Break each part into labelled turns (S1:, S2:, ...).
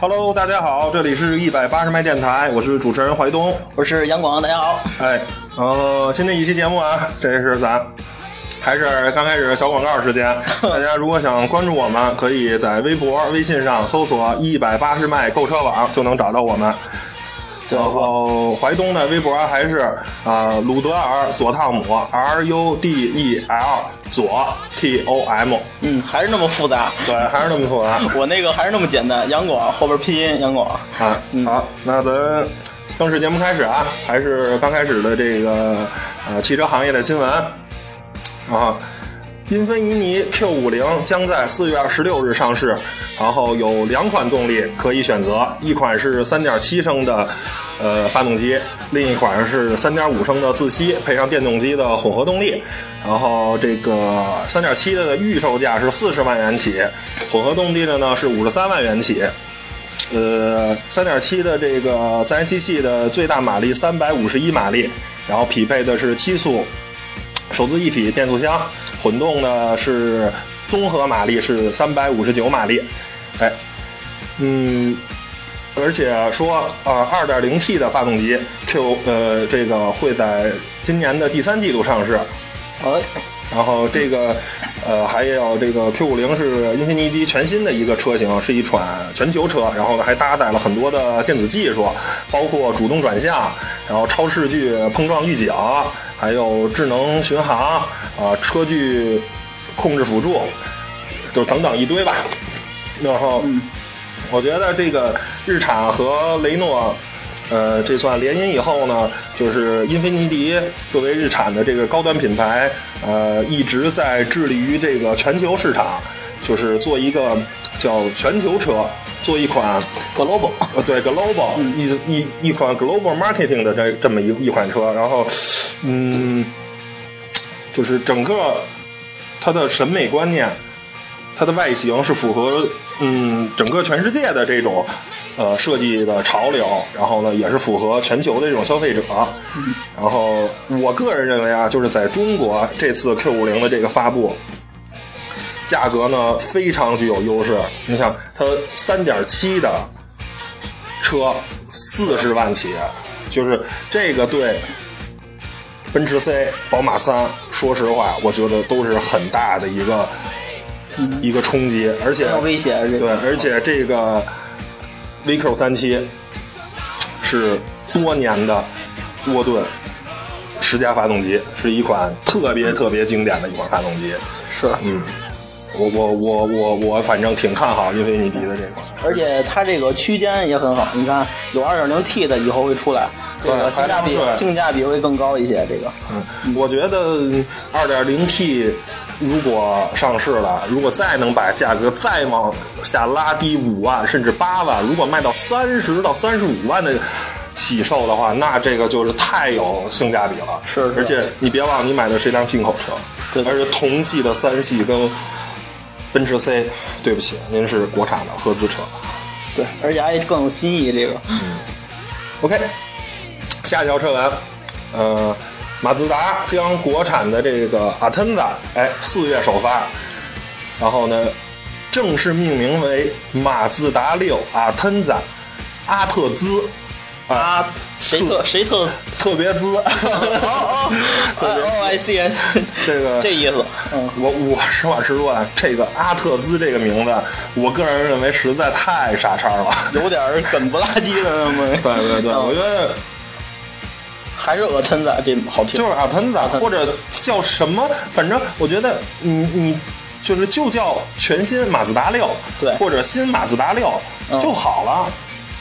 S1: Hello，大家好，这里是一百八十麦电台，我是主持人怀东。
S2: 我是杨广，大家好。
S1: 哎，呃，新的一期节目啊，这是咱还是刚开始小广告时间。大家如果想关注我们，可以在微博、微信上搜索“一百八十麦购车网”就能找到我们。然后淮东的微博还是啊、呃鲁德尔索汤姆 R U D E L 左 T O M，
S2: 嗯，还是那么复杂，
S1: 对，还是那么啊复杂。
S2: 我那个还是那么简单。杨广后边拼音杨广。
S1: 啊，好，那咱正式节目开始啊，还是刚开始的这个呃汽车行业的新闻啊。英菲尼尼 Q 5 0将在四月二十六日上市，然后有两款动力可以选择，一款是3.7升的呃发动机，另一款是3.5升的自吸配上电动机的混合动力。然后这个3.7的呢预售价是四十万元起，混合动力的呢是五十三万元起。呃，三点七的这个自然吸气的最大马力三百五十一马力，然后匹配的是七速手自一体变速箱，混动呢是综合马力是三百五十九马力，哎，嗯，而且说呃二点零 T 的发动机 Q 呃这个会在今年的第三季度上市，
S2: 哎，
S1: 然后这个，呃，还有这个 Q 5 0是英菲尼迪全新的一个车型，是一款全球车，然后呢还搭载了很多的电子技术，包括主动转向，然后超视距碰撞预警，还有智能巡航啊、车距控制辅助，就等等一堆吧。然后，我觉得这个日产和雷诺，呃，这算联姻以后呢，就是英菲尼迪作为日产的这个高端品牌，呃，一直在致力于这个全球市场，就是做一个叫全球车，做一款
S2: 格罗布。
S1: 呃，对，global 一一一款 global marketing 的这这么一一款车，然后，嗯，就是整个它的审美观念，它的外形是符合嗯整个全世界的这种呃设计的潮流，然后呢也是符合全球的这种消费者。然后我个人认为啊，就是在中国这次 Q 5 0的这个发布，价格呢非常具有优势。你想，它三点七的车四十万起，就是这个对奔驰 C、宝马三，说实话，我觉得都是很大的一个、嗯一个冲击，而且
S2: 很有威胁而且
S1: 对，而且这个 VQ 三七是多年的沃顿十佳发动机，是一款特别特别经典的一款发动机。
S2: 是，
S1: 嗯，我我我我我反正挺看好英菲尼迪的这款。
S2: 而且它这个区间也很好，你看有 2.0T 的以后会出来，这
S1: 对
S2: 个性价比
S1: 还不错
S2: 性价比会更高一些。这个，
S1: 嗯我觉得二点零 T 如果上市了，如果再能把价格再往下拉低五万甚至八万，如果卖到三十到三十五万的起售的话，那这个就是太有性价比了。
S2: 是是
S1: 而且你别忘，了，你买的是一辆进口车，
S2: 对
S1: 而且同系的三系跟奔驰 C，对不起，您是国产的合资车。
S2: 对，而且还更有新意。这个，
S1: OK，下一条车闻，呃，马自达将国产的这个阿腾子，哎，四月首发，然后呢，正式命名为马自达六阿腾子阿特兹，啊，
S2: 谁特谁特
S1: 特别兹，
S2: 哦哦，I C S，
S1: 这个
S2: 这意思，嗯，
S1: 我我实话实说啊，这个阿特兹这个名字，我个人认为实在太傻叉了。
S2: 有点儿梗不拉几的那么。嗯
S1: 对对
S2: 哦
S1: 对，我觉得
S2: 还是鹅吞子这好听。
S1: 就是阿啊腾仔或者叫什么，反正我觉得你你就是就叫全新马自达六，
S2: 对
S1: 或者新马自达六
S2: 嗯
S1: 就好了，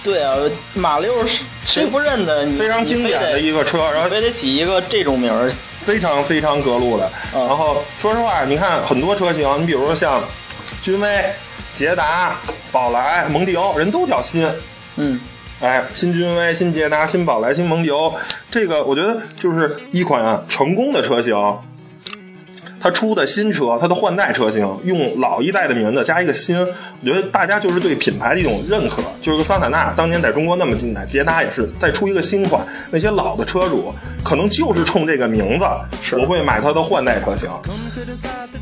S2: 对啊，马六是谁不认得？你
S1: 非常经典的一个车，然后
S2: 非得起一个这种名儿，
S1: 非常非常格路的。
S2: 嗯
S1: 然后说实话，你看很多车型，你比如说像君威、捷达、宝来、蒙迪欧，人都叫新。
S2: 嗯，
S1: 哎，新君威、新捷达、新宝来、新蒙迪欧，这个我觉得就是一款啊成功的车型。它出的新车，它的换代车型用老一代的名字加一个新，我觉得大家就是对品牌的一种认可。就是桑塔纳当年在中国那么精彩，捷达也是再出一个新款，那些老的车主可能就是冲这个名字，我会买它的换代车型。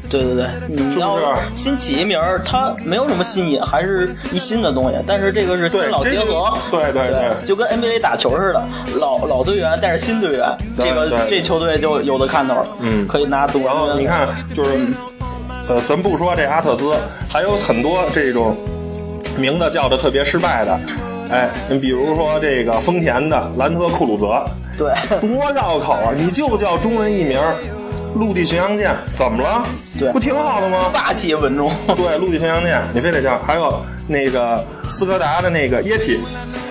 S2: 对对对，你要新起一名儿，它没有什么新意，还是一新的东西。但是这个是新老结合，
S1: 对对对
S2: 就跟 NBA 打球似的，老老队员带着新队员，
S1: 对
S2: 这个
S1: 对
S2: 这球队就有的看头了，
S1: 嗯
S2: 可以拿总
S1: 然后
S2: 冠
S1: 你
S2: 军。
S1: 看，就是，呃，咱不说这阿特兹，还有很多这种名字叫的特别失败的，哎，你比如说这个丰田的兰特库鲁泽，
S2: 对，
S1: 多绕口啊！你就叫中文译名儿“陆地巡洋舰”，怎么了？
S2: 对啊
S1: 不挺好的吗？
S2: 霸气稳重
S1: 对，陆地巡洋舰，你非得叫。还有那个斯柯达的那个液体，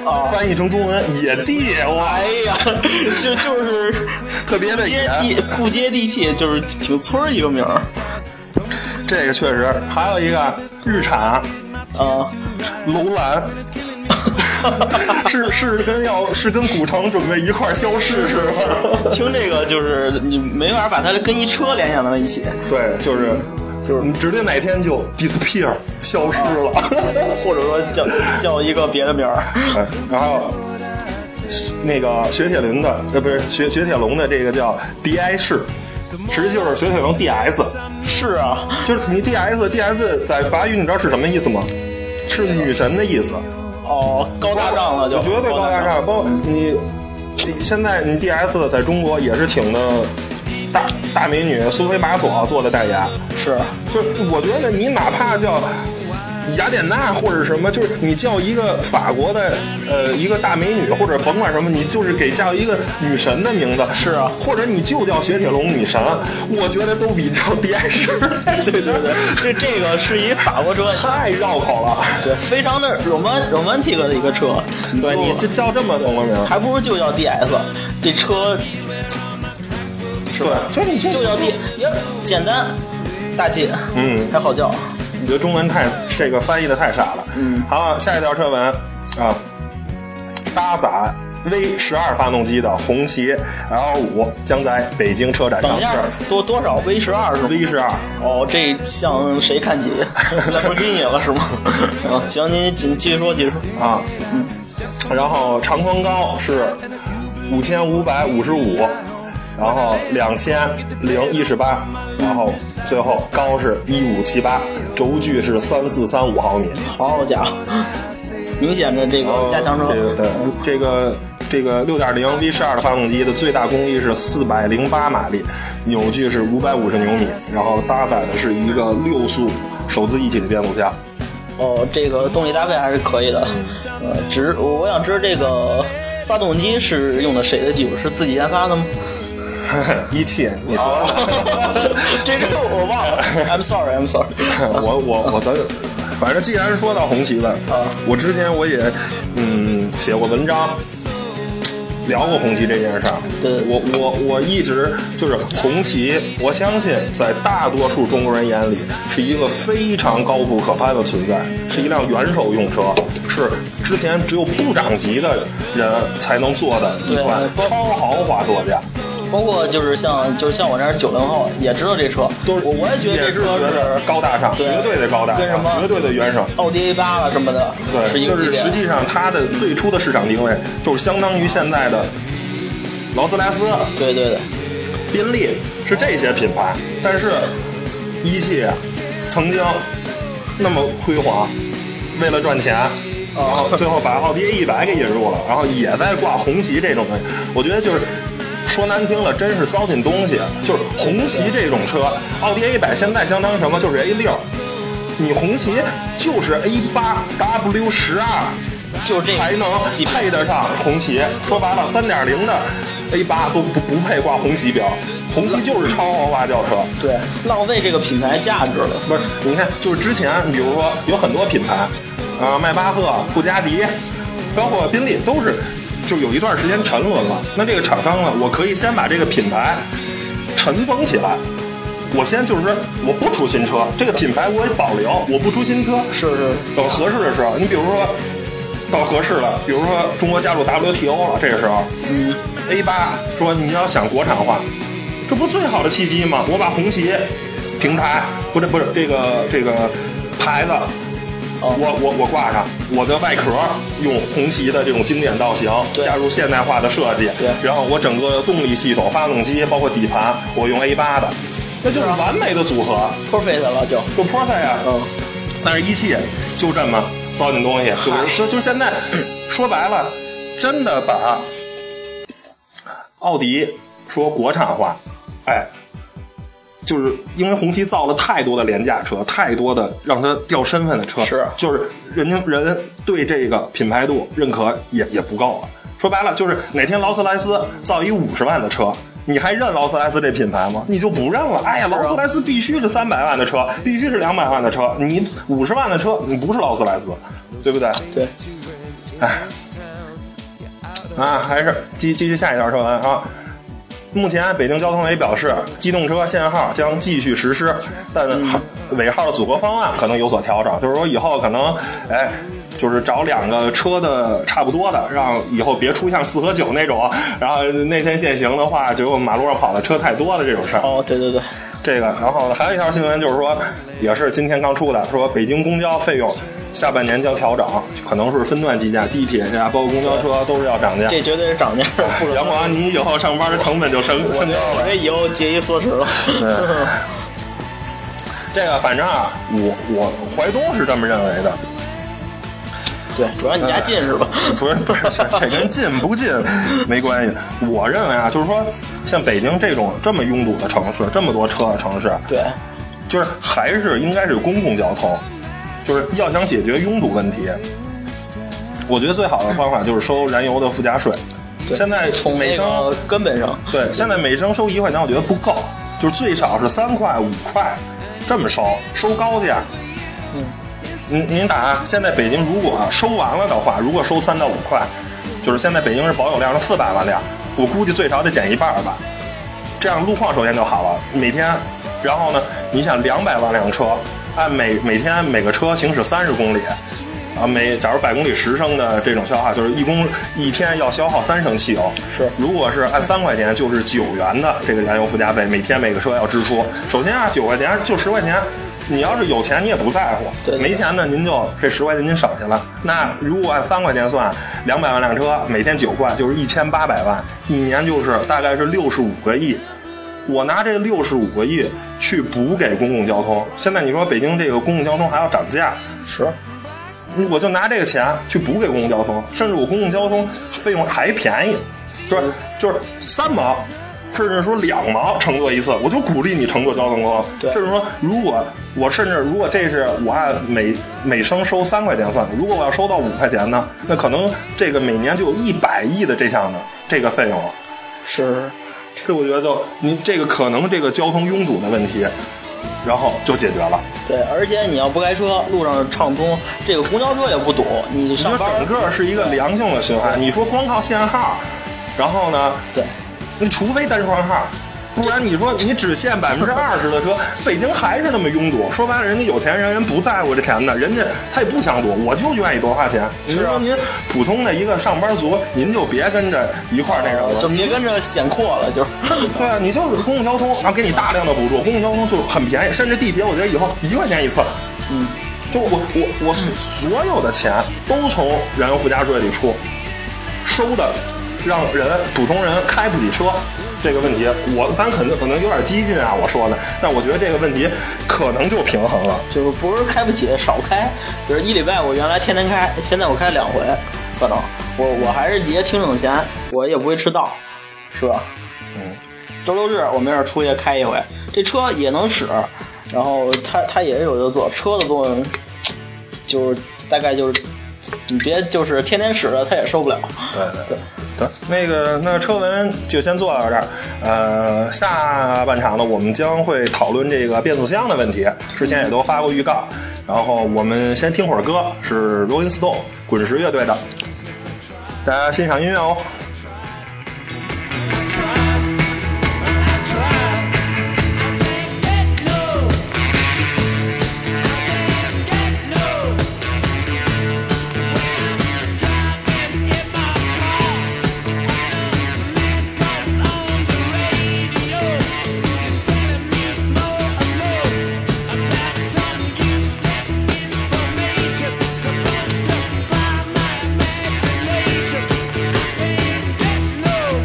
S2: 啊！
S1: 翻译成中文野地，哇，
S2: 哎呀，就就是
S1: 特别的野
S2: 接。地不接地气，就是挺村儿一个名儿
S1: 这个确实，还有一个日产
S2: 啊。
S1: 楼兰。是是跟要是跟古城准备一块儿消失是吧？
S2: 听这个就是你没法把它跟一车联想到一起，
S1: 对，就是
S2: 就是
S1: 你指定哪天就 disappear 消失了。
S2: 或者说叫叫一个别的名儿。
S1: 哎然后那个雪铁龙的，呃，不是雪雪铁龙的这个叫 DI 式，实际就是雪铁龙 DS，
S2: 是啊，
S1: 就是你 DS DS 在法语你知道是什么意思吗？是女神的意思，
S2: 哦，高大上了就
S1: 我觉得高大上。包括你现在你 DS 在中国也是请的大大美女苏菲玛索做的代言，
S2: 是，
S1: 就是我觉得你哪怕叫雅典娜或者什么，就是你叫一个法国的呃一个大美女或者甭管什么，你就是给叫一个女神的名字，
S2: 是啊
S1: 或者你就叫雪铁龙女神，我觉得都比较别致，
S2: 对对对，这这个是一法国车，
S1: 太绕口了。
S2: 对，非常的 roman romantic 的一个车，
S1: 对你这叫这么怂个名儿，
S2: 还不如就叫 DS，这车是吧？
S1: 对就是你这
S2: 就叫 D，也简单，大气，
S1: 嗯
S2: 还好叫。
S1: 你觉得中文太这个翻译的太傻了。
S2: 嗯
S1: 好，下一条车文啊，搭载 V 十二发动机的红旗 L 五将在北京车展
S2: 等
S1: 上
S2: 一下
S1: 市。，
S2: 多多少 V 十二是吗？
S1: V 十二。
S2: 哦，这向谁 看齐？兰博基尼了是吗？啊，行，您紧继续说，继续说。
S1: 啊，
S2: 嗯
S1: 然后长宽高是五千五百五十五，然后两千零一十八，然后最后高是一五七八，轴距是三四三五毫米。
S2: 好家伙，明显的这个加强车，
S1: 哦这个对嗯这个。这个六点零 V 十二的发动机的最大功率是四百零八马力，扭矩是五百五十牛米，然后搭载的是一个六速手自一体的变速箱。
S2: 哦，这个动力搭配还是可以的。
S1: 嗯
S2: 呃，只我想知道这个发动机是用的谁的技术？是自己研发的吗？
S1: 一汽，你说
S2: 哦
S1: 的。
S2: 这这我忘了，I'm sorry，I'm sorry。
S1: 我我我咱，反正既然说到红旗了，
S2: 啊
S1: 我之前我也嗯写过文章。聊过红旗这件事儿，
S2: 对
S1: 我我我一直就是红旗，我相信在大多数中国人眼里是一个非常高不可攀的存在，是一辆元首用车，是之前只有部长级的人才能做的一款
S2: 对啊
S1: 超豪华座驾，
S2: 包括就是像就是像我这样九零后也知道这车，
S1: 都是
S2: 我我也觉得
S1: 也
S2: 这
S1: 是
S2: 车
S1: 觉得高大上，
S2: 对
S1: 绝对的高大上，
S2: 跟什么
S1: 绝对的元首。
S2: 奥迪 A 八了什么的，是
S1: 对，
S2: 一
S1: 就
S2: 个级
S1: 是
S2: 别。
S1: 实际上它的最初的市场定位就是相当于现在的劳斯莱斯、
S2: 对对对，
S1: 宾利是这些品牌，但是一汽曾经那么辉煌，为了赚钱。然后最后把奥迪 A 一百给引入了，然后也在挂红旗这种东西，我觉得就是说难听了，真是糟践东西。就是红旗这种车，奥迪 A 一百现在相当于什么？就是 A 六，你红旗就是 A 八 W 十二，
S2: 就是这
S1: 才能
S2: 级别
S1: 配得上红旗。说白了，三点零的 A 八都不不配挂红旗标，红旗就是超豪华轿车。
S2: 对，浪费这个品牌价值了。
S1: 不是，你看，就是之前，比如说有很多品牌，啊、迈巴赫、布加迪，包括宾利，都是就有一段时间沉沦了。那这个厂商呢，我可以先把这个品牌尘封起来。我先就是说，我不出新车，这个品牌我也保留，我不出新车，
S2: 是是，
S1: 等合适的时候，你比如说到合适了，比如说中国加入 WTO 啊了，这个时候，
S2: 嗯，
S1: A 八说你要想国产化，这不最好的契机吗？我把红旗平台不是不是这个这个牌子，呃
S2: 哦
S1: 我我我挂上，我的外壳用红旗的这种经典造型，
S2: 对
S1: 加入现代化的设计，
S2: 对
S1: 然后我整个动力系统、发动机包括底盘，我用 A 八的。那就是
S2: 啊
S1: 完美的组合，
S2: perfect 了就，
S1: 就 perfect 啊呀。
S2: 嗯，
S1: 但是一汽就这么糟践东西，就给就就现在说白了，真的把奥迪说国产化，哎，就是因为红旗造了太多的廉价车，太多的让它掉身份的车，
S2: 是啊
S1: 就是人家人对这个品牌度认可也也不够了。说白了，就是哪天劳斯莱斯造一五十万的车，你还认劳斯莱斯这品牌吗？你就不认了。哎呀，
S2: 是啊
S1: 劳斯莱斯必须是三百万的车，必须是两百万的车，你五十万的车，你不是劳斯莱斯，对不对？
S2: 对，
S1: 啊，还是继继续下一条车文啊。目前，啊北京交通委表示，机动车限号将继续实施，但尾号组合方案可能有所调整，就是说以后可能，哎，就是找两个车的差不多的，让以后别出像四和九那种，然后那天限行的话，结果马路上跑的车太多了这种事儿。
S2: 哦，对对对，
S1: 这个，然后还有一条新闻就是说，也是今天刚出的，说北京公交费用下半年将调整，可能是分段计价，地铁呀，包括公交车都是要涨价。
S2: 这绝对 是涨价，我负责
S1: 杨广，你以后上班的成本就升升高
S2: 我
S1: 了。
S2: 这以后节衣缩食了。
S1: 这个反正啊，我我怀东是这么认为的，
S2: 对，主要你家近是吧？
S1: 不是不是，这这跟近不近没关系。我认为啊，就是说，像北京这种这么拥堵的城市，这么多车的城市，
S2: 对，
S1: 就是还是应该是公共交通，就是要想解决拥堵问题，我觉得最好的方法就是收燃油的附加税。
S2: 对
S1: 现在
S2: 从
S1: 每
S2: 那
S1: 升
S2: 个根本上，
S1: 对，现在每升收一块钱，我觉得不够，就是最少是三块五块，这么收，收高价。
S2: 嗯，
S1: 您您打，啊现在北京如果收完了的话，如果收三到五块，就是现在北京是保有量是四百万辆，我估计最少得减一半儿吧。这样路况首先就好了，每天，然后呢，你想两百万辆车，按每每天每个车行驶三十公里，啊，每假如百公里十升的这种消耗，就是一公一天要消耗三升汽油。
S2: 是
S1: 如果是按三块钱，就是九元的这个燃油附加费，每天每个车要支出。首先啊，九块钱就十块钱，你要是有钱你也不在乎，
S2: 对
S1: 没钱呢您就这十块钱您省下了。那如果按三块钱算，两百万辆车，每天九块就是一千八百万，一年就是大概是六十五个亿。我拿这六十五个亿去补给公共交通，现在你说北京这个公共交通还要涨价，
S2: 是，
S1: 我就拿这个钱去补给公共交通，甚至我公共交通费用还便宜，就是就是三毛，甚至说两毛乘坐一次，我就鼓励你乘坐交通工具。
S2: 对
S1: 甚至说，如果我甚至如果这是我按每每升收三块钱算，如果我要收到五块钱呢，那可能这个每年就有一百亿的这项的这个费用了。
S2: 是，
S1: 这我觉得就您这个可能这个交通拥堵的问题，然后就解决了。
S2: 对，而且你要不开车，路上畅通，这个公交车也不堵，你
S1: 你说
S2: 上班
S1: 整个是一个良性的循环。你说光靠限号，然后呢，
S2: 对，
S1: 你除非单双号，不然你说你只限百分之二十的车，北京还是那么拥堵。说白了，人家有钱人人不在乎这钱的，人家他也不想堵，我就愿意多花钱。您
S2: 是啊
S1: 说您普通的一个上班族，您就别跟着一块儿那什么了，
S2: 就别跟着显阔了，就是。
S1: 对啊，你就是公共交通，然后给你大量的补助，公共交通就很便宜，甚至地铁，我觉得以后一块钱一次。
S2: 嗯，
S1: 就我我我是所有的钱都从燃油附加税里出，收的让人普通人开不起车这个问题，我咱可能可能有点激进啊，我说的，但我觉得这个问题可能就平衡了。
S2: 就是不是开不起，少开。比如一礼拜我原来天天开，现在我开两回，可能我我还是节清省钱，我也不会迟到，是吧？
S1: 嗯，
S2: 周六日我没事儿出去开一回，这车也能使，然后它它也有的做，车的作用就是大概就是你别就是天天使了，它也受不了。
S1: 对对对。得，那个，那车文就先做到这儿。呃，下半场呢，我们将会讨论这个变速箱的问题，之前也都发过预告。然后我们先听会儿歌，是 Rolling Stone 滚石乐队的，大家欣赏音乐哦。
S3: Supposed to find my imagination. I can't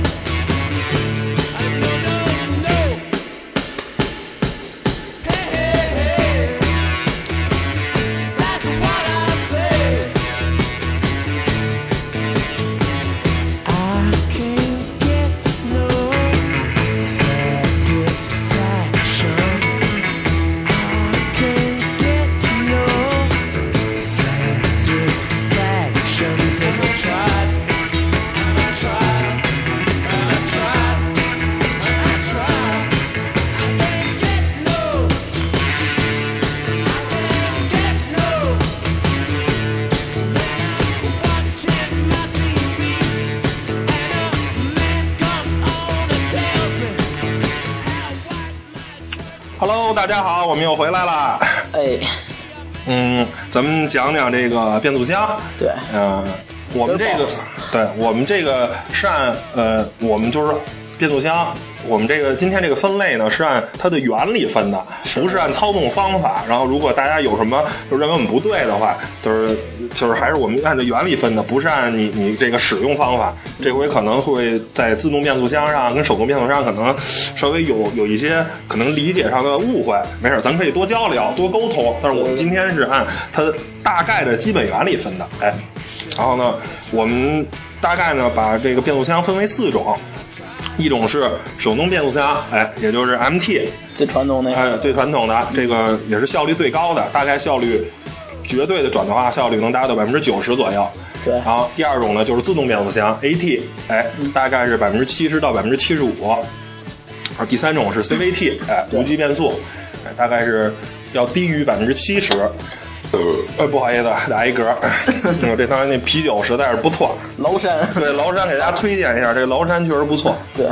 S1: Hello，大家好，我们又回来了。
S2: 哎，
S1: 嗯，咱们讲讲这个变速箱。
S2: 对，
S1: 嗯、我们这
S2: 有点
S1: 个，对我们这个是按呃，我们就是变速箱，我们这个今天这个分类呢是按它的原理分的，不是按操纵方法。然后如果大家有什么就认为我们不对的话，就是就是还是我们按照原理分的，不是按你你这个使用方法。这回可能会在自动变速箱上跟手动变速箱可能稍微有有一些可能理解上的误会，没事儿，咱们可以多交流多沟通。但是我们今天是按它大概的基本原理分的，哎。然后呢，我们大概呢把这个变速箱分为四种，一种是手动变速箱，哎，也就是 MT，
S2: 最传统那
S1: 哎，最传统的这个也是效率最高的，大概效率绝对的转动化效率能达到百分之九十左右。
S2: 对
S1: 然后第二种呢就是自动变速箱 AT，哎，大概是百分之七十到百分之七十五。啊，第三种是 CVT，哎，无级变速，哎，大概是要低于百分之七十。呃，不好意思，打一嗝。我这当然那啤酒实在是不错，
S2: 崂山，
S1: 对崂山给大家推荐一下，这崂山确实不错，
S2: 对，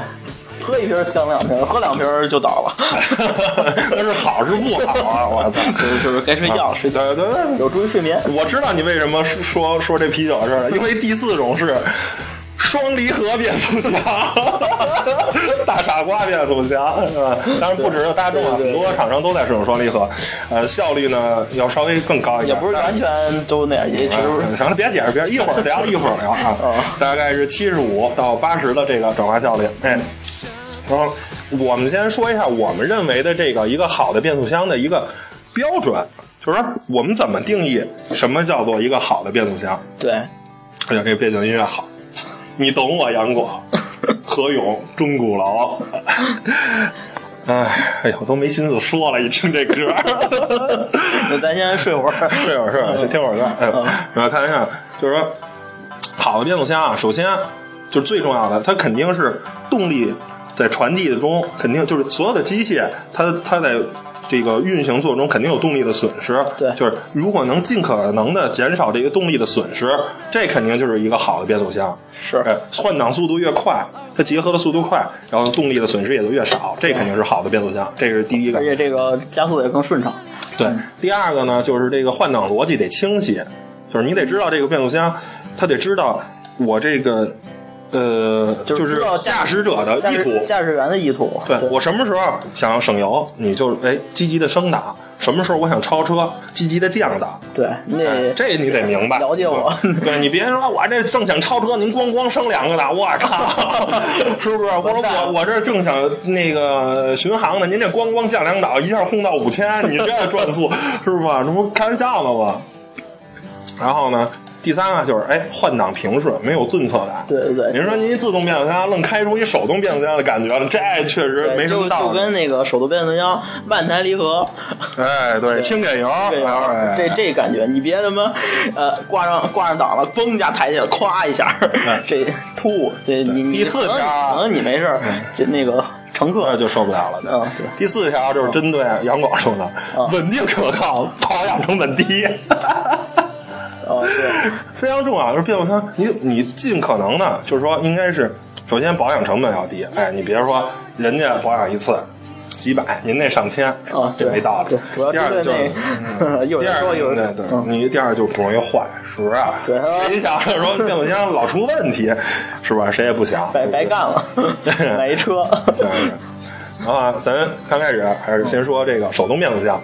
S2: 喝一瓶香两瓶，喝两瓶就倒了，
S1: 但是好是不好啊？我操！啊
S2: 就是就是该睡觉睡觉，
S1: 对对对，
S2: 有助于睡眠。
S1: 我知道你为什么说说说这啤酒的事儿了，因为第四种是双离合变速箱， 大傻瓜变速箱是吧？当然不只是大众啊，
S2: 对
S1: 很
S2: 对对
S1: 多厂商都在使用双离合，呃，效率呢要稍微更高一
S2: 也
S1: 点，
S2: 不是
S1: 但
S2: 完全都那样，也其实
S1: 嗯行了，别解释，别一会儿聊，一会儿聊啊
S2: 哦。
S1: 大概是七十五到八十的这个转化效率，哎。然后我们先说一下我们认为的这个一个好的变速箱的一个标准，就是我们怎么定义什么叫做一个好的变速箱。
S2: 对，
S1: 哎呀，这背景音乐好，你懂我，杨广、何勇、钟鼓楼。哎，哎呀，我都没心思说了，一听这歌儿。
S2: 那咱先睡会 儿。
S1: 睡会儿睡会儿，先听会儿歌。嗯，然后看一下，就是说，好的变速箱啊，首先就是最重要的，它肯定是动力在传递中，肯定就是所有的机械，它它在。这个运行作中肯定有动力的损失，
S2: 对
S1: 就是如果能尽可能的减少这个动力的损失，这肯定就是一个好的变速箱。
S2: 是
S1: 哎，换挡速度越快，它结合的速度快，然后动力的损失也就越少，这肯定是好的变速箱，这是第一个。
S2: 而且这个加速也更顺畅。
S1: 对，第二个呢，就是这个换挡逻辑得清晰，就是你得知道这个变速箱，它得知道我这个，呃，
S2: 就
S1: 就是
S2: 知
S1: 是
S2: 道
S1: 驾驶者的
S2: 驾
S1: 意
S2: 驶
S1: 图。
S2: 驾驶员的意图，
S1: 对我什么时候想要省油，你就哎积极的升档；什么时候我想超车，积极的降档。
S2: 对，
S1: 哎
S2: 那
S1: 这你得明白，
S2: 了解我
S1: 嗯对你别说，我这正想超车，您咣咣升两个档，我靠， 是不是？我说
S2: 完蛋了
S1: 我我这正想那个巡航呢，您这咣咣降两档，一下轰到五千，你这样转速是吧？这不开玩笑呢吗？然后呢，第三个就是哎，换挡平顺，没有顿挫感。
S2: 对对对
S1: 您说您一自动变速箱愣开出一手动变速箱的感觉了，这确实
S2: 对
S1: 没什
S2: 就
S1: 么道
S2: 就
S1: 理。
S2: 跟那个手动变速箱慢台离合，
S1: 哎，对，轻给油，
S2: 这
S1: 哎
S2: 这这感觉，你别他妈呃挂上挂上档了，嘣一下抬起来，咵一下
S1: 嗯，
S2: 这吐，这你你
S1: 第四嗯
S2: 可能
S1: 条
S2: 可能你没事儿，这那个
S1: 那
S2: 乘客
S1: 哎就受不了了。对
S2: 嗯对
S1: 第四条就是针对杨广说的，
S2: 啊
S1: 稳定可靠，保养成本低，
S2: 哦对，
S1: 非常重要。就是变速箱，你你尽可能的，就是说应该是首先保养成本要低。哎，你别说人家保养一次几百，您那上千，
S2: 哦
S1: 这
S2: 对，
S1: 没道理
S2: 对。主要
S1: 第二
S2: 针
S1: 就是。
S2: 对那 有
S1: 第
S2: 人
S1: 二
S2: 说有
S1: 对
S2: 人
S1: 对，
S2: 嗯
S1: 你第二就不容易坏，是不是？
S2: 对啊
S1: 谁想着说变速箱老出问题，是吧？谁也不想，
S2: 白白干了， 买一车，
S1: 就是。然后啊咱刚开始还是先说这个手动变速箱，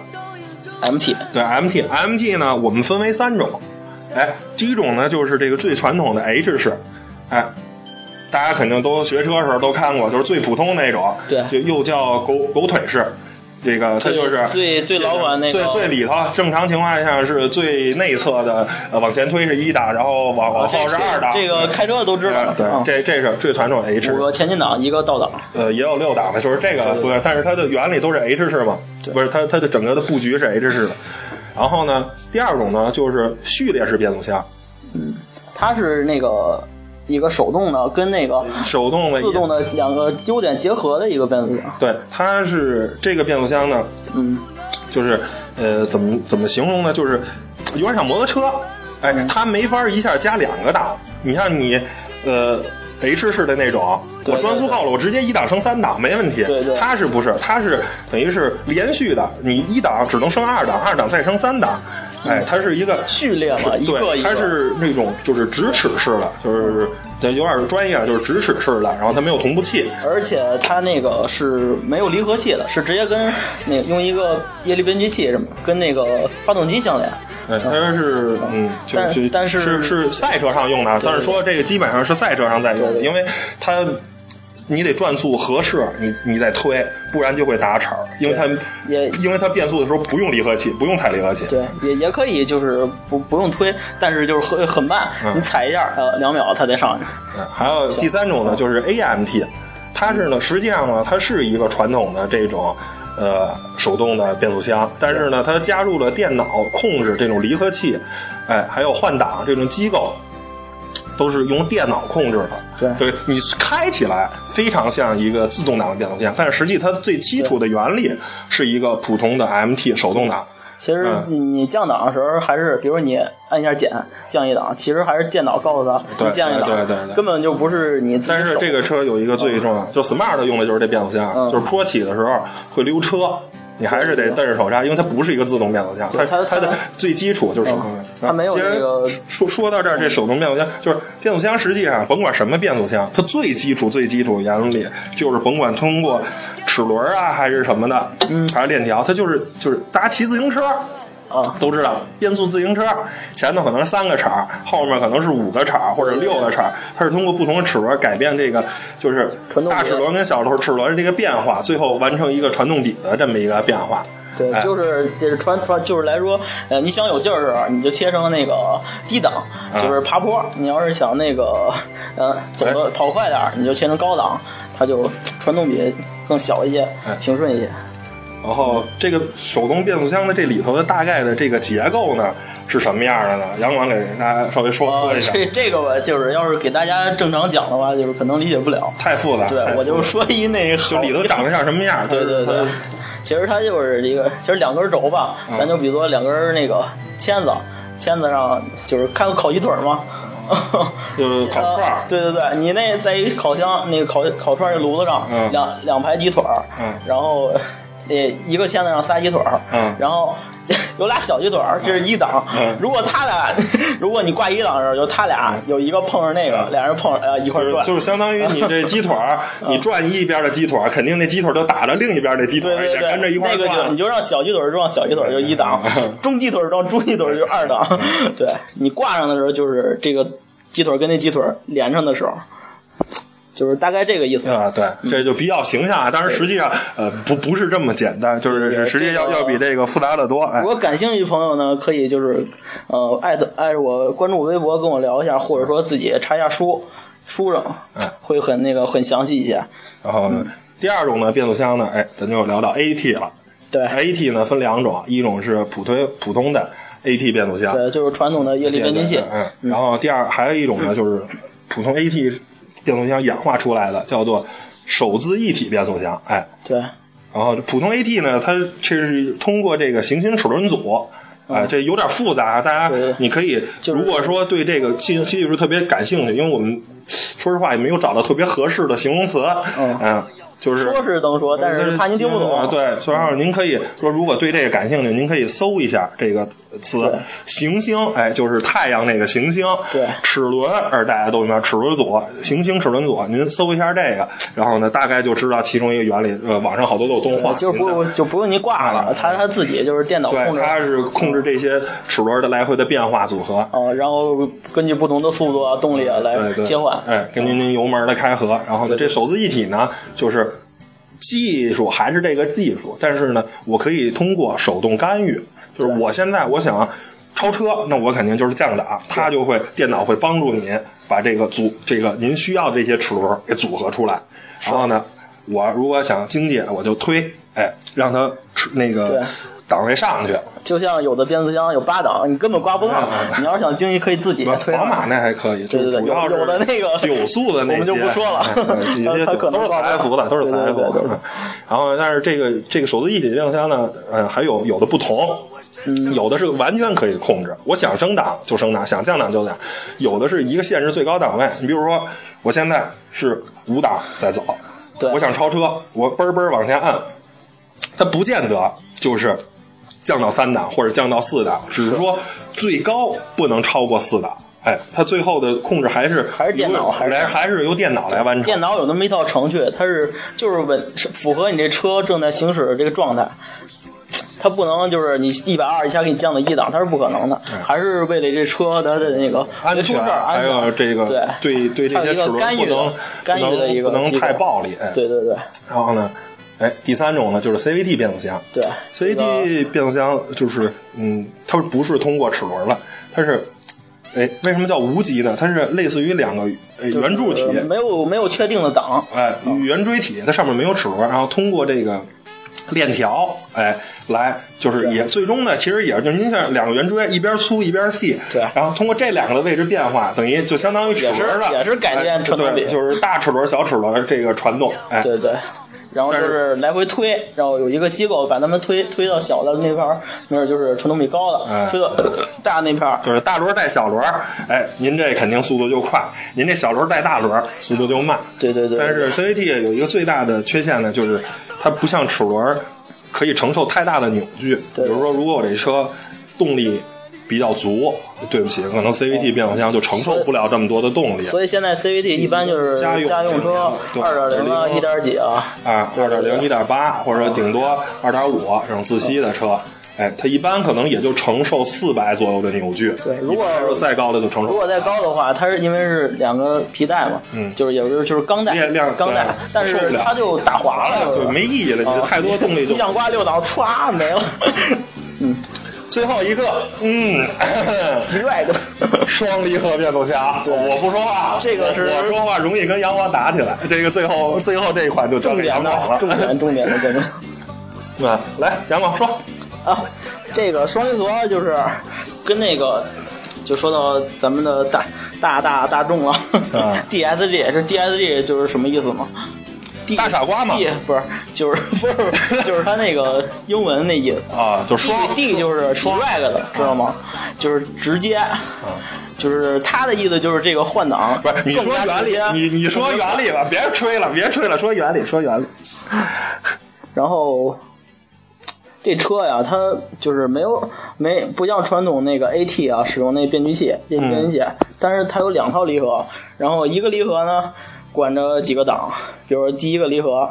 S2: MT
S1: 对 MT MT 呢，我们分为三种。哎，第一种呢就是这个最传统的 H 式，哎，大家肯定都学车时候都看过，就是最普通那种，
S2: 对
S1: 就又叫狗狗腿式。这个它就是
S2: 最最老款那个
S1: 最最里头，正常情况下是最内侧的，呃，往前推是一档，然后往往后是二档。
S2: 哦这个开车的都知道，
S1: 对，
S2: 嗯
S1: 这这是最传统的 H
S2: 五个前进档，一个倒档，
S1: 呃，也有六档的，就是这个不对，但是它的原理都是 H 式嘛，不是它它的整个的布局是 H 式的。然后呢，第二种呢就是序列式变速箱，
S2: 它是那个一个手动的跟那个
S1: 手动的也
S2: 自动的两个优点结合的一个变速箱。
S1: 对，它是这个变速箱呢，
S2: 嗯，
S1: 就是呃，怎么怎么形容呢？就是有
S2: 嗯
S1: 点像摩托车，哎，它没法一下加两个档。你像你，呃， H 式的那种，
S2: 对
S1: 我转速够了，我直接一档升三档没问题。
S2: 对对
S1: 它是不是？它是等于是连续的，你一档只能升二档，二档再升三档，哎，它是一个
S2: 序列嗯嘛，
S1: 对，
S2: 一个一个。
S1: 它是那种就是直齿式的，就是
S2: 嗯
S1: 对有点专业，啊就是直齿式的，然后它没有同步器，
S2: 而且它那个是没有离合器的，是直接跟那用一个液力变矩器什么，跟那个发动机相连。
S1: 对，它是嗯，就
S2: 但
S1: 就
S2: 但是
S1: 是是赛车上用的，但是说这个基本上是赛车上在用的，
S2: 对对
S1: 因为它你得转速合适，你你再推，不然就会打齿儿，因为它
S2: 也
S1: 因为它变速的时候不用离合器，不用踩离合器，
S2: 对，也也可以，就是不不用推，但是就是很很慢，你踩一下，呃，两秒它才上去。
S1: 嗯还有第三种呢，就是 AMT，它是呢，实际上呢，它是一个传统的这种。呃，手动的变速箱，但是呢，它加入了电脑控制这种离合器，哎，还有换挡这种机构，都是用电脑控制的。对，你开起来非常像一个自动挡的变速箱，但是实际它最基础的原理是一个普通的 MT 手动挡。
S2: 其实
S1: 嗯
S2: 你你降档的时候，还是比如你按一下减降一档，其实还是电脑告诉他
S1: 对
S2: 你降一档，
S1: 对对对对
S2: 根本就不是你自己手。啊
S1: 但是这个车有一个最重要，就 Smart 用的就是这变速箱，
S2: 嗯
S1: 就是坡起的时候会溜车，你还是得蹬着手刹，因为它不是一个自动变速箱，它
S2: 它
S1: 它的
S2: 它
S1: 最基础就是手动变速箱。
S2: 它没有
S1: 其实
S2: 那个
S1: 说说到这儿，这手动变速箱就是变速箱，实际上甭管什么变速箱，它最基础最基础原理就是甭管通过齿轮啊还是什么的，嗯，还是链条，它就是就是大家骑自行车。
S2: 啊，
S1: 都知道，变速自行车前头可能是三个齿儿，后面可能是五个齿儿或者六个齿儿，它是通过不同的齿轮改变这个就是
S2: 传动比
S1: 大齿轮跟小轮齿轮这个变化，最后完成一个传动比的这么一个变化。
S2: 对，
S1: 哎
S2: 就是就是传传，就是来说，呃，你想有劲儿的时候，你就切成那个低档，
S1: 嗯
S2: 就是爬坡；你要是想那个，呃，走
S1: 哎
S2: 的跑快点儿，你就切成高档，它就传动比更小一些
S1: 哎，
S2: 平顺一些。
S1: 然后这个手动变速箱的这里头的大概的这个结构呢是什么样的呢？杨广给大家稍微说、
S2: 啊
S1: 说一，下，
S2: 这这个吧，就是要是给大家正常讲的话，就是可能理解不了。
S1: 太复杂。太
S2: 对，
S1: 复
S2: 我就
S1: 杂
S2: 说一那
S1: 就
S2: 好
S1: 里头长得像什么样？
S2: 对对对
S1: 它，
S2: 其实它就是一个，其实两根轴吧，
S1: 嗯
S2: 咱就比作两根那个签子，签子上就是看过烤鸡腿吗？
S1: 就是烤串呃儿
S2: 啊。对对对，你那在一烤箱那个烤烤串那炉子上，
S1: 嗯
S2: 两两排鸡腿儿，
S1: 嗯
S2: 然后那一个签子上仨鸡腿儿，
S1: 嗯
S2: 然后 有俩小鸡腿儿，这是一档。
S1: 嗯
S2: 如果他俩，如果你挂一档的时候，就他俩有一个碰上那个，俩人碰上呃一块
S1: 嗯就
S2: 儿
S1: 是
S2: 转，
S1: 就是相当于你这鸡腿 儿，你转一边的鸡腿儿，肯定那鸡腿儿就打着另一边的鸡腿
S2: 对
S1: 儿，
S2: 对
S1: 也
S2: 对，
S1: 跟着一块儿
S2: 那个就
S1: 转
S2: 你。就让小鸡腿儿撞小鸡腿儿就一档
S1: 嗯，
S2: 中鸡腿儿撞中鸡腿儿就二档。 对你挂上的时候，就是这个鸡腿儿跟那鸡腿儿连上的时候，就是嗯大概这个意思。
S1: 啊，对，这就比较形象啊。当然，实际上，呃，不不是这么简单，就是
S2: 对
S1: 实际要
S2: 这个
S1: 要比这个复杂的多。哎
S2: 如，果感兴趣的朋友呢，可以就是，呃，艾特艾特我，关注我微博跟我聊一下，或者说自己查一下书，书上
S1: 嗯
S2: 会很那个很详细一些。
S1: 然后
S2: 嗯
S1: 呢，第二种呢，变速箱呢，哎，咱就聊到 AT 了。
S2: 对
S1: AT 呢分两种，一种是普通普通的 AT 变速箱，
S2: 对，就是传统的液力变矩器
S1: 对，对嗯，然后第二还有一种呢，就是普通 AT 变速箱演化出来的，叫做手自一体变速箱。哎，
S2: 对，
S1: 然后普通 AT 呢，它这是通过这个行星齿轮组。啊、这有点复杂，大家
S2: 嗯对对
S1: 你可以，
S2: 就是
S1: 如果说对这个技技术特别感兴趣，因为我们说实话也没有找到特别合适的形容词，嗯
S2: 嗯，
S1: 就是
S2: 说是这么说，呃
S1: 呃
S2: 但是怕您听不懂。
S1: 对，所以说您可以说，如果对这个感兴趣，您可以搜一下这个词
S2: 对
S1: “行星”，哎，就是太阳那个行星。
S2: 对
S1: 齿轮，而大家都明白，齿轮组，行星齿轮组，您搜一下这个，然后呢，大概就知道其中一个原理。呃，网上好多都有动画，
S2: 就
S1: 您
S2: 不就不用您挂
S1: 啊
S2: 了，它它自己就是电脑控
S1: 对，
S2: 制，
S1: 它是控制这些齿轮的来回的变化组合。
S2: 啊，然后根据不同的速度啊、动力啊
S1: 对
S2: 来
S1: 对，
S2: 切换。
S1: 哎，根据您油门的开合，然后呢，这手自一体呢，就是技术还是这个技术，但是呢，我可以通过手动干预，就是我现在我想超车，那我肯定就是降档，它就会电脑会帮助您把这个组这个您需要的这些齿轮给组合出来，然后呢，我如果想经济，我就推，哎，让它齿那
S2: 对
S1: 个。档位上去。
S2: 就像有的变速箱有八档，你根本刮不到
S1: 嗯。
S2: 你要是想经济，可以自己推上
S1: 宝马那还可以，就
S2: 对对
S1: 是
S2: 对
S1: 主要是
S2: 有有的那个
S1: 九速的那些，
S2: 我们就不说了
S1: 嗯 嗯有些
S2: 它可能
S1: 都是
S2: 挂不
S1: CF 的，
S2: 上
S1: 都是
S2: 对
S1: CF
S2: 对对
S1: 的。嗯然后，但是这个这个手自一体变速箱呢，嗯，还有有的不同。
S2: 嗯
S1: 有的是完全可以控制，我想升档就升档，想降档就降。有的是一个限制最高档位，你比如说，我现在是五档在走，
S2: 对
S1: 我想超车，我嘣儿嘣儿往下按，它不见得就是降到三档或者降到四档，只是说最高不能超过四档。哎，它最后的控制还是
S2: 还是电脑
S1: 由
S2: 还是
S1: 来还是由电脑来完成。
S2: 电脑有那么一套程序，它是就是稳是符合你这车正在行驶的这个状态，它不能就是你一百二一下给你降到一档，它是不可能的，还是为了这车它的那个
S1: 嗯安
S2: 别
S1: 全，
S2: 出事儿安
S1: 还
S2: 全
S1: 有这个对对
S2: 对
S1: 这
S2: 还有
S1: 些
S2: 一
S1: 齿
S2: 个
S1: 轮
S2: 干
S1: 不
S2: 预的
S1: 能
S2: 干
S1: 不
S2: 预的
S1: 能
S2: 一个
S1: 不能
S2: 机
S1: 太
S2: 制
S1: 暴力。哎
S2: 对对对
S1: 然后呢，哎，第三种呢就是 CVT 变速箱。
S2: 对
S1: CVT 变速箱就是，嗯，它不是通过齿轮了，它是，哎，为什么叫无级呢？它是类似于两个哎
S2: 就是啊
S1: 圆柱体，
S2: 呃没有没有确定的档，
S1: 哎，圆锥体，它上面没有齿轮，然后通过这个链条，哎，来就是
S2: 啊
S1: 也最终呢，其实也就是您像两个圆锥，一边粗一边细，
S2: 对
S1: 然后通过这两个的位置变化，等于就相当于齿轮了，
S2: 也是也是改变
S1: 哎
S2: 传动
S1: 对，
S2: 比
S1: 就是大齿轮、小齿轮这个传动，哎，
S2: 对对。然后就
S1: 但
S2: 是来回推，然后有一个机构把它们推推到小的那块儿，没准就是传动比高的，
S1: 哎
S2: 推到大那片儿，
S1: 就是大轮带小轮，哎，您这肯定速度就快，您这小轮带大轮速度就慢。
S2: 对对对。
S1: 但是 CVT 有一个最大的缺陷呢，就是它不像齿轮可以承受太大的扭矩。比
S2: 对
S1: 如说，如果我这车动力比较足，对不起，可能 CVT 变速箱就承受不了这么多的动力。
S2: 所以现在 CVT 一般就是
S1: 家用
S2: 家用车
S1: 对
S2: 二点零啊、一点几啊，
S1: 啊，二点零、一点八，或者顶多二点五这种自吸的车，哎，它一般可能也就承受四百左右的扭矩。
S2: 对如果
S1: 一般来说再高的就承受
S2: 如果再高的话，它是因为是两个皮带嘛，
S1: 嗯
S2: 就是也就是就是钢带
S1: 链链，
S2: 钢带
S1: 对，
S2: 但
S1: 受不
S2: 是
S1: 了
S2: 它就打滑了，
S1: 就没意义了，你
S2: 啊
S1: 这太多动力就
S2: 一想刮六档，歘没了，
S1: 最后一个，嗯，
S2: 几拽个，
S1: 双离合变速箱，我不说话，
S2: 这个是
S1: 我说话容易跟杨光打起来。这个最后最后这一款就交
S2: 重
S1: 给
S2: 点
S1: 杨
S2: 的
S1: 广了，
S2: 重点重点的观众。
S1: 啊， 来，杨广说，
S2: 啊，这个双离合就是跟那个，就说到咱们的大大大大众了、
S1: 啊
S2: d s g 这 DSG 就是什么意思吗？D-
S1: 大傻瓜嘛
S2: D 不是，就是 不是，不是就是他那个英文那意 思。
S1: 啊，就双
S2: D D 就是 drag 的，知道吗？就是直接，就是他的意思就是这个换挡
S1: 啊不是你说
S2: 更加
S1: 原
S2: 直
S1: 理啊
S2: 接，
S1: 你你说原理吧，别吹了，别吹了，说原理，说原理，
S2: 然后这车呀，它就是没有没不像传统那个 AT 啊，使用那变矩器变变矩器，但是它有两套离合，然后一个离合呢管着几个档，比如说第一个离合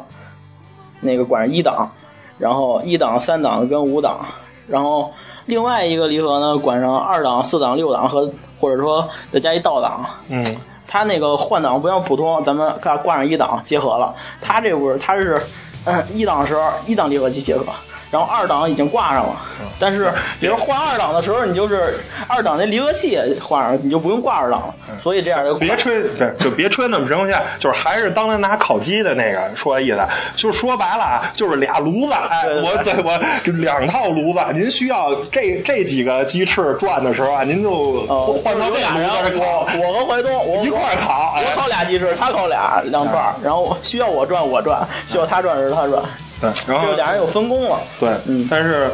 S2: 那个管着一档，然后一档、三档跟五档，然后另外一个离合呢管上二档、四档、六档和或者说再加一倒档，
S1: 嗯，
S2: 它那个换挡不像普通，咱们挂挂上一档结合了，它这不是，它是， 嗯，一档时候一档离合器结合，然后二档已经挂上了，但是
S1: 嗯
S2: 比如换二档的时候，你就是二档那离合器也换上，你就不用挂二档了，所以这样就快
S1: 嗯 别吹，对，就别吹那么神乎线，就是还是当年拿烤鸡的那个说意思，就说白了啊，就是俩炉子，哎，
S2: 对对
S1: 我对我就两套炉子，您需要这这几个鸡翅转的时候啊，您就
S2: 呃
S1: 换换到
S2: 就是
S1: 这
S2: 有俩人
S1: 炉子
S2: 我
S1: 烤，
S2: 我和怀东，我
S1: 一块儿烤，哎嗯
S2: 我烤俩鸡翅，他烤俩两半儿，然后需要我转我转，需要他转是他转，
S1: 对，然
S2: 这
S1: 后
S2: 个俩人有分工了，
S1: 对，
S2: 嗯
S1: 但是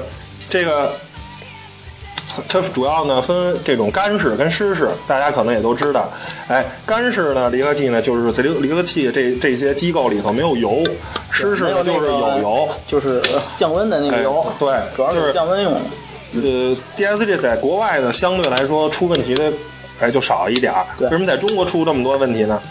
S1: 这个它主要呢分这种干式跟湿式，大家可能也都知道。哎，干式呢离合器呢就是在离离合器这这些机构里头没有油，湿式
S2: 没
S1: 呢
S2: 有那
S1: 就是
S2: 个
S1: 有油。
S2: 就是呃降温的那个油
S1: 哎，对
S2: 主要
S1: 就是是
S2: 降温用的。
S1: 呃，DSG 在国外呢相对来说出问题的哎就少一点儿，
S2: 对
S1: 为什么在中国出这么多问题呢？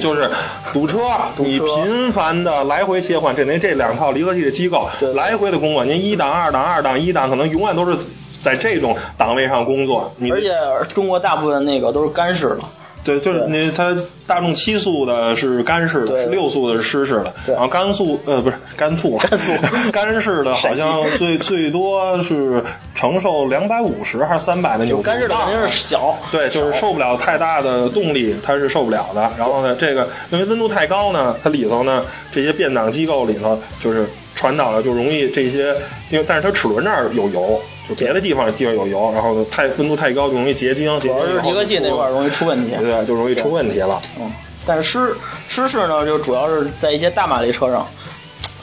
S1: 就是堵车，
S2: 车
S1: 你频繁的来回切换，这您这两套离合器的机构
S2: 对对
S1: 来回的工作，您一档、二档、二档、一档，可能永远都是在这种档位上工作。你
S2: 而且中国大部分那个都是干式的，
S1: 对，就是
S2: 对
S1: 你它大众七速的是干式的，
S2: 对
S1: 六速的是湿式的，
S2: 对
S1: 然后干速呃不是干速，干
S2: 速
S1: 干式的好像最最多是承受两百五十还是三百的扭矩，
S2: 干式的肯定是小，
S1: 对，就是受不了太大的动力，它是受不了的。然后呢，这个因为温度太高呢，它里头呢这些变档机构里头就是传导了就容易这些，因为但是它齿轮那儿有油，就别的地方地方有油，然后太温度太高就容易结晶，结晶
S2: 主要是
S1: 以后
S2: 离合器
S1: 就
S2: 那块儿容易出问题。
S1: 对，啊就容易出问题了。
S2: 嗯，但是湿湿式呢，就主要是在一些大马力车上，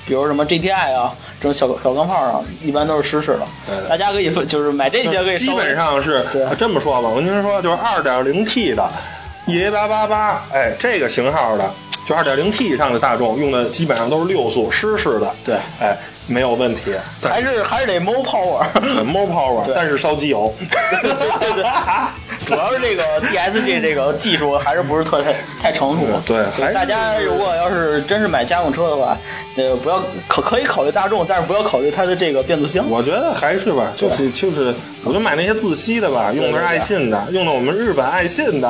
S2: 比如什么 GTI 啊这种小小钢炮上，一般都是湿式的。
S1: 对对
S2: 大家可以分就是买这些可以
S1: 基
S2: 稍微
S1: 本上是
S2: 啊
S1: 啊
S2: 对啊
S1: 这么说吧，我跟您说，就是二点零 T 的 EA 八八八，哎，这个型号的，就二点零 T 以上的大众用的基本上都是六速湿式的，
S2: 对
S1: 哎，没有问题。但
S2: 还是还是得 more power。
S1: 很 more power，但是烧机 油。
S2: 对对对， 主要是这个 DSG 这个技术还是不是特太太成熟。
S1: 对还是
S2: 大家如果要是真是买家用车的话，呃，不要可可以考虑大众，但是不要考虑它的这个变速箱。
S1: 我觉得还是吧，就是就是，我就买那些自吸的吧，用的是爱信的，用的我们日本爱信的。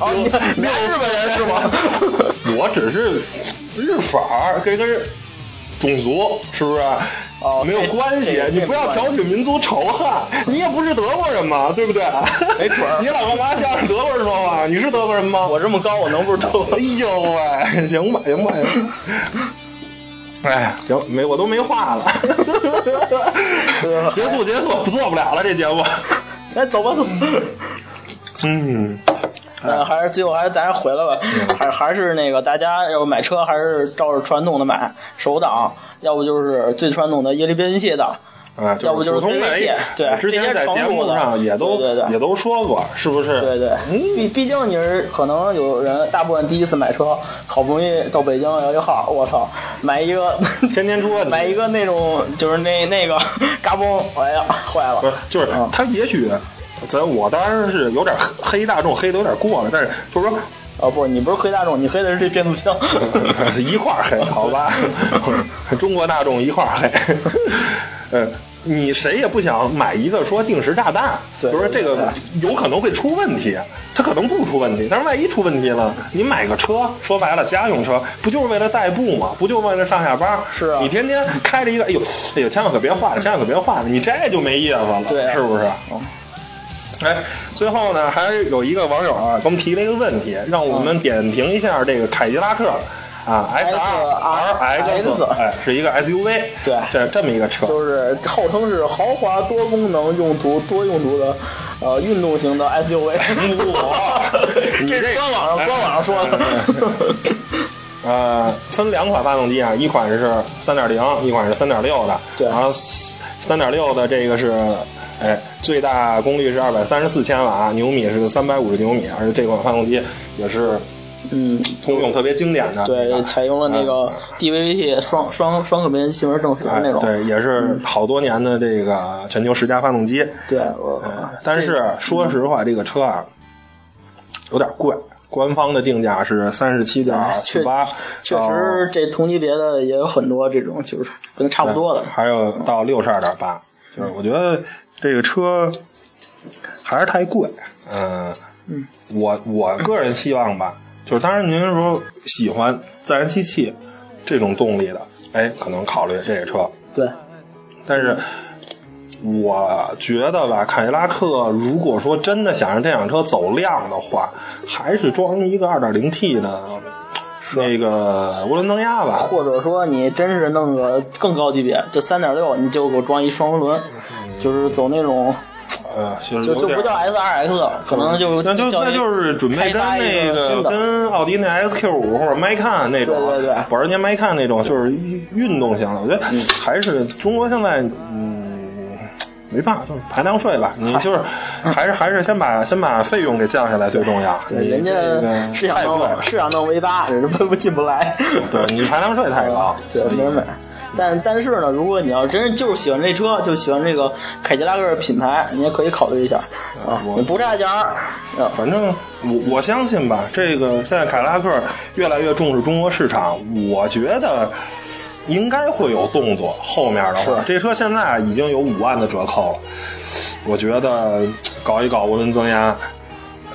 S2: 哦，你你
S1: 六
S2: 是日本人是吗？
S1: 我只是日法儿跟跟种族是不是？啊
S2: 哦
S1: 没有关系
S2: 这这，
S1: 你不要挑起民族仇恨，你也不是德国人嘛，对不对？
S2: 没准儿
S1: 你老干嘛向着德国人说话？你是德国人吗？
S2: 我这么高，我能不是特？
S1: 哎呦喂，行吧，行吧，行吧。哎，行，没我都没话 了，结束结束，不做不了了这节目。
S2: 哎，走吧走。
S1: 嗯，
S2: 嗯，还是最后还是咱还是回来吧，还还是那个大家要买车还是照着传统的买手挡，要不就是最传统的液力变速器档，
S1: 啊，
S2: 要不就是
S1: 普通
S2: CVT
S1: 的，
S2: 对
S1: 之前在节目上也都
S2: 对对对
S1: 也都说过，是不是？
S2: 对对，
S1: 嗯
S2: 毕毕竟你是可能有人大部分第一次买车，好不容易到北京摇一号，我操，买一个
S1: 天天 出问啊题
S2: 买一个那种就是那那个 嘎嘣，哎呀坏了
S1: 不是，，就是
S2: 嗯
S1: 他也许，咱我当然是有点黑大众黑的有点过了，但是就是说
S2: 哦不，你不是黑大众，你黑的是这变 速箱。
S1: 一块儿黑，好吧？ 中国大众一块儿黑。呃，你谁也不想买一个说定时炸弹，
S2: 对
S1: 比如说这个有可能会出问题，它可能不出问题，但是万一出问题了，你买个车，说白了家用车不就是为了代步吗？不就是为了上下班？
S2: 是啊
S1: 你天天开着一个，哎呦，哎呦，千万可别坏了，千万可别坏了，你这就没意思了，
S2: 对啊
S1: 是不是？哎，最后呢，还有一个网友啊，给我们提了一个问题，让我们点评一下这个凯迪拉克啊，S R X，
S2: SRX
S1: 哎，是一个 S U V，
S2: 对
S1: 这这么一个车，
S2: 就是号称是豪华多功能用途多用途的，呃，运动型的 SUV。
S1: 哇你
S2: 这
S1: 这
S2: 是官网上
S1: 哎
S2: 官网上说的
S1: 哎。呃，分两款发动机啊，一款是三点零，一款是三点六的。
S2: 对
S1: 然后三点六的这个是，哎，最大功率是二百三十四千瓦，牛米是三百五十牛米，而且这款发动机也是
S2: 嗯，
S1: 通用特别经典的，哎
S2: 对，采用了那个 DVVT 双双双可变气门正时
S1: 啊哎
S2: 那种。
S1: 对，也是好多年的这个全球十佳发动机。
S2: 对，我
S1: 哎
S2: 啊
S1: 啊但是说实话，这个车啊有点贵，官方的定价是三十七点四
S2: 确
S1: 啊八，
S2: 啊
S1: 哦
S2: 确实这同级别的也有很多这种，就是跟它差不
S1: 到
S2: 多的。
S1: 还有到六十二点八，就是我觉得这个车还是太贵。嗯嗯，我我个人希望吧，就是当然您说喜欢自然吸气这种动力的，哎，可能考虑这个车。
S2: 对，
S1: 但是我觉得吧，凯迪拉克如果说真的想让这辆车走量的话，还是装一个 2.0T 的那个涡轮增压吧。
S2: 或者说你真是弄个更高级别，就三点六，你就给我装一双涡轮，就是走那种
S1: 呃，就是
S2: 就
S1: 有
S2: 就
S1: 点
S2: 不叫 S R X，可能就
S1: 那就
S2: 叫
S1: 那就是准备
S2: 开
S1: 跟
S2: 发一
S1: 那
S2: 个新的
S1: 跟奥迪那 SQ 五或者迈看那种，
S2: 对对对嗯
S1: 保时捷迈看那种，就是运动型的。我觉得还是中国现在，嗯，没办法，就是排量税吧。你就是还是还是先把先把费用给降下来最重要。
S2: 对
S1: 你
S2: 人
S1: 这个
S2: 家是想
S1: 太贵
S2: 弄
S1: 了，
S2: 是想弄 V 八，人家不进不来。
S1: 对你排量税太高，
S2: 对，
S1: 所以
S2: 没人买。但但是呢，如果你要真是就是喜欢这车，就喜欢这个凯迪拉克品牌，你也可以考虑一下啊
S1: 嗯我，
S2: 你不差钱儿。啊
S1: 反正我我相信吧，这个现在凯迪拉克越来越重视中国市场，我觉得应该会有动作。后面的话
S2: 是，
S1: 这车现在已经有五万的折扣了，我觉得搞一搞涡轮增压，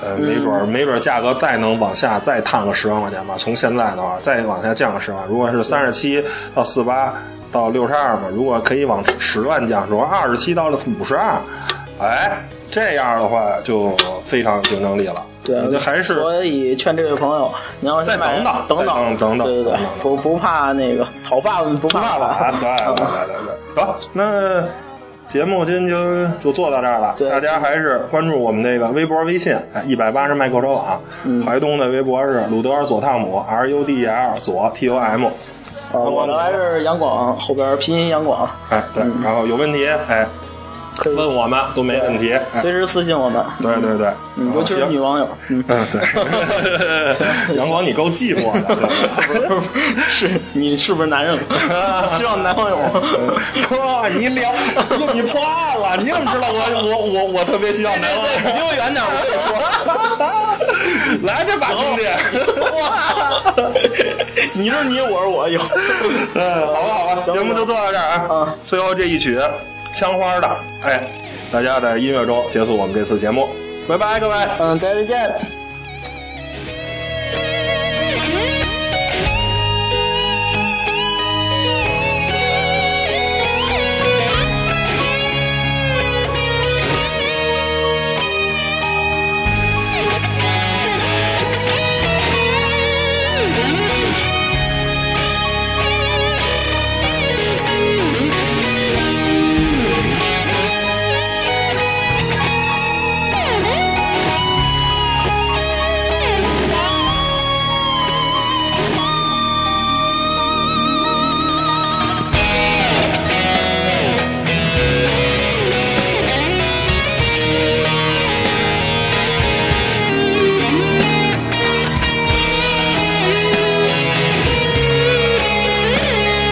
S2: 嗯
S1: 呃，没准儿没准儿价格再能往下再探个十万块钱吧。从现在的话，再往下降个十万，如果是三十七到四八到六十二嘛，如果可以往十万降，如果二十七到了五十二，哎，这样的话就非常有竞争力了。你
S2: 对，啊
S1: 这还是
S2: 所以劝这位朋友，你要是
S1: 再
S2: 买
S1: 等等
S2: 等
S1: 再等等等
S2: 对对对
S1: 等等，
S2: 不不怕那个讨饭不
S1: 不
S2: 怕啊
S1: 怕打， 对对对对对。得，那节目今天就做到这儿了。
S2: 对
S1: 大家还是关注我们这个微博、微信，哎一百八十麦克车网。
S2: 嗯
S1: 淮东的微博是鲁德尔左汤姆 R U D E L 左 T O M。
S2: 呃我的还是杨广，后边拼音杨广，
S1: 哎，对，然后有问题哎
S2: 嗯可以
S1: 问我们都没问题。哎
S2: 随时私信我们，
S1: 对对对，
S2: 嗯尤其是
S1: 行
S2: 女网友，嗯，
S1: 嗯，对，阳光，你够寂寞 的对吧。
S2: 是你是不是男人？ 希望男网友，
S1: 嗯 哥，你聊，哟，你破案了，你怎么知道我我我我特别需要男网友？
S2: 你离我远点，我跟你说。
S1: 来这把兄弟，
S2: 哇，你是你，我是我，以后
S1: 嗯，好吧好吧，
S2: 行
S1: 节目就做到这儿啊
S2: 嗯。
S1: 最后这一曲枪花的，哎，大家在音乐中结束我们这次节目，拜拜，各位。
S2: 嗯，再见。
S3: Yeah.